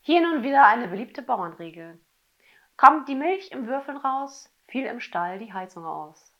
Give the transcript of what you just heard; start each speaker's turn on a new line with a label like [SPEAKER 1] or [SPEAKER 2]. [SPEAKER 1] Hier nun wieder eine beliebte Bauernregel. Kommt die Milch in Würfeln raus, fiel im Stall die Heizung aus.